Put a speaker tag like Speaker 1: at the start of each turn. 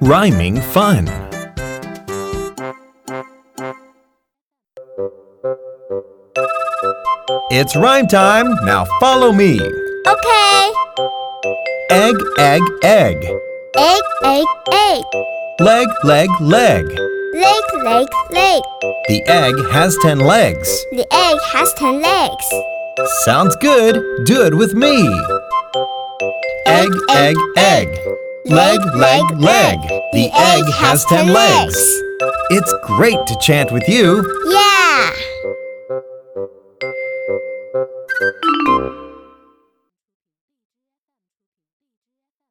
Speaker 1: Rhyming fun. It's rhyme time. Now follow me.
Speaker 2: Okay.
Speaker 1: Egg, egg, egg.
Speaker 2: Egg, egg, egg.
Speaker 1: Leg, leg, leg.
Speaker 2: Leg, leg, leg.
Speaker 1: The egg has 10 legs.
Speaker 2: The egg has ten legs.
Speaker 1: Sounds good. Do it with me. Egg, egg, egg. Leg, leg, leg. The egg has 10 legs. It's great to chant with you.
Speaker 2: Yeah.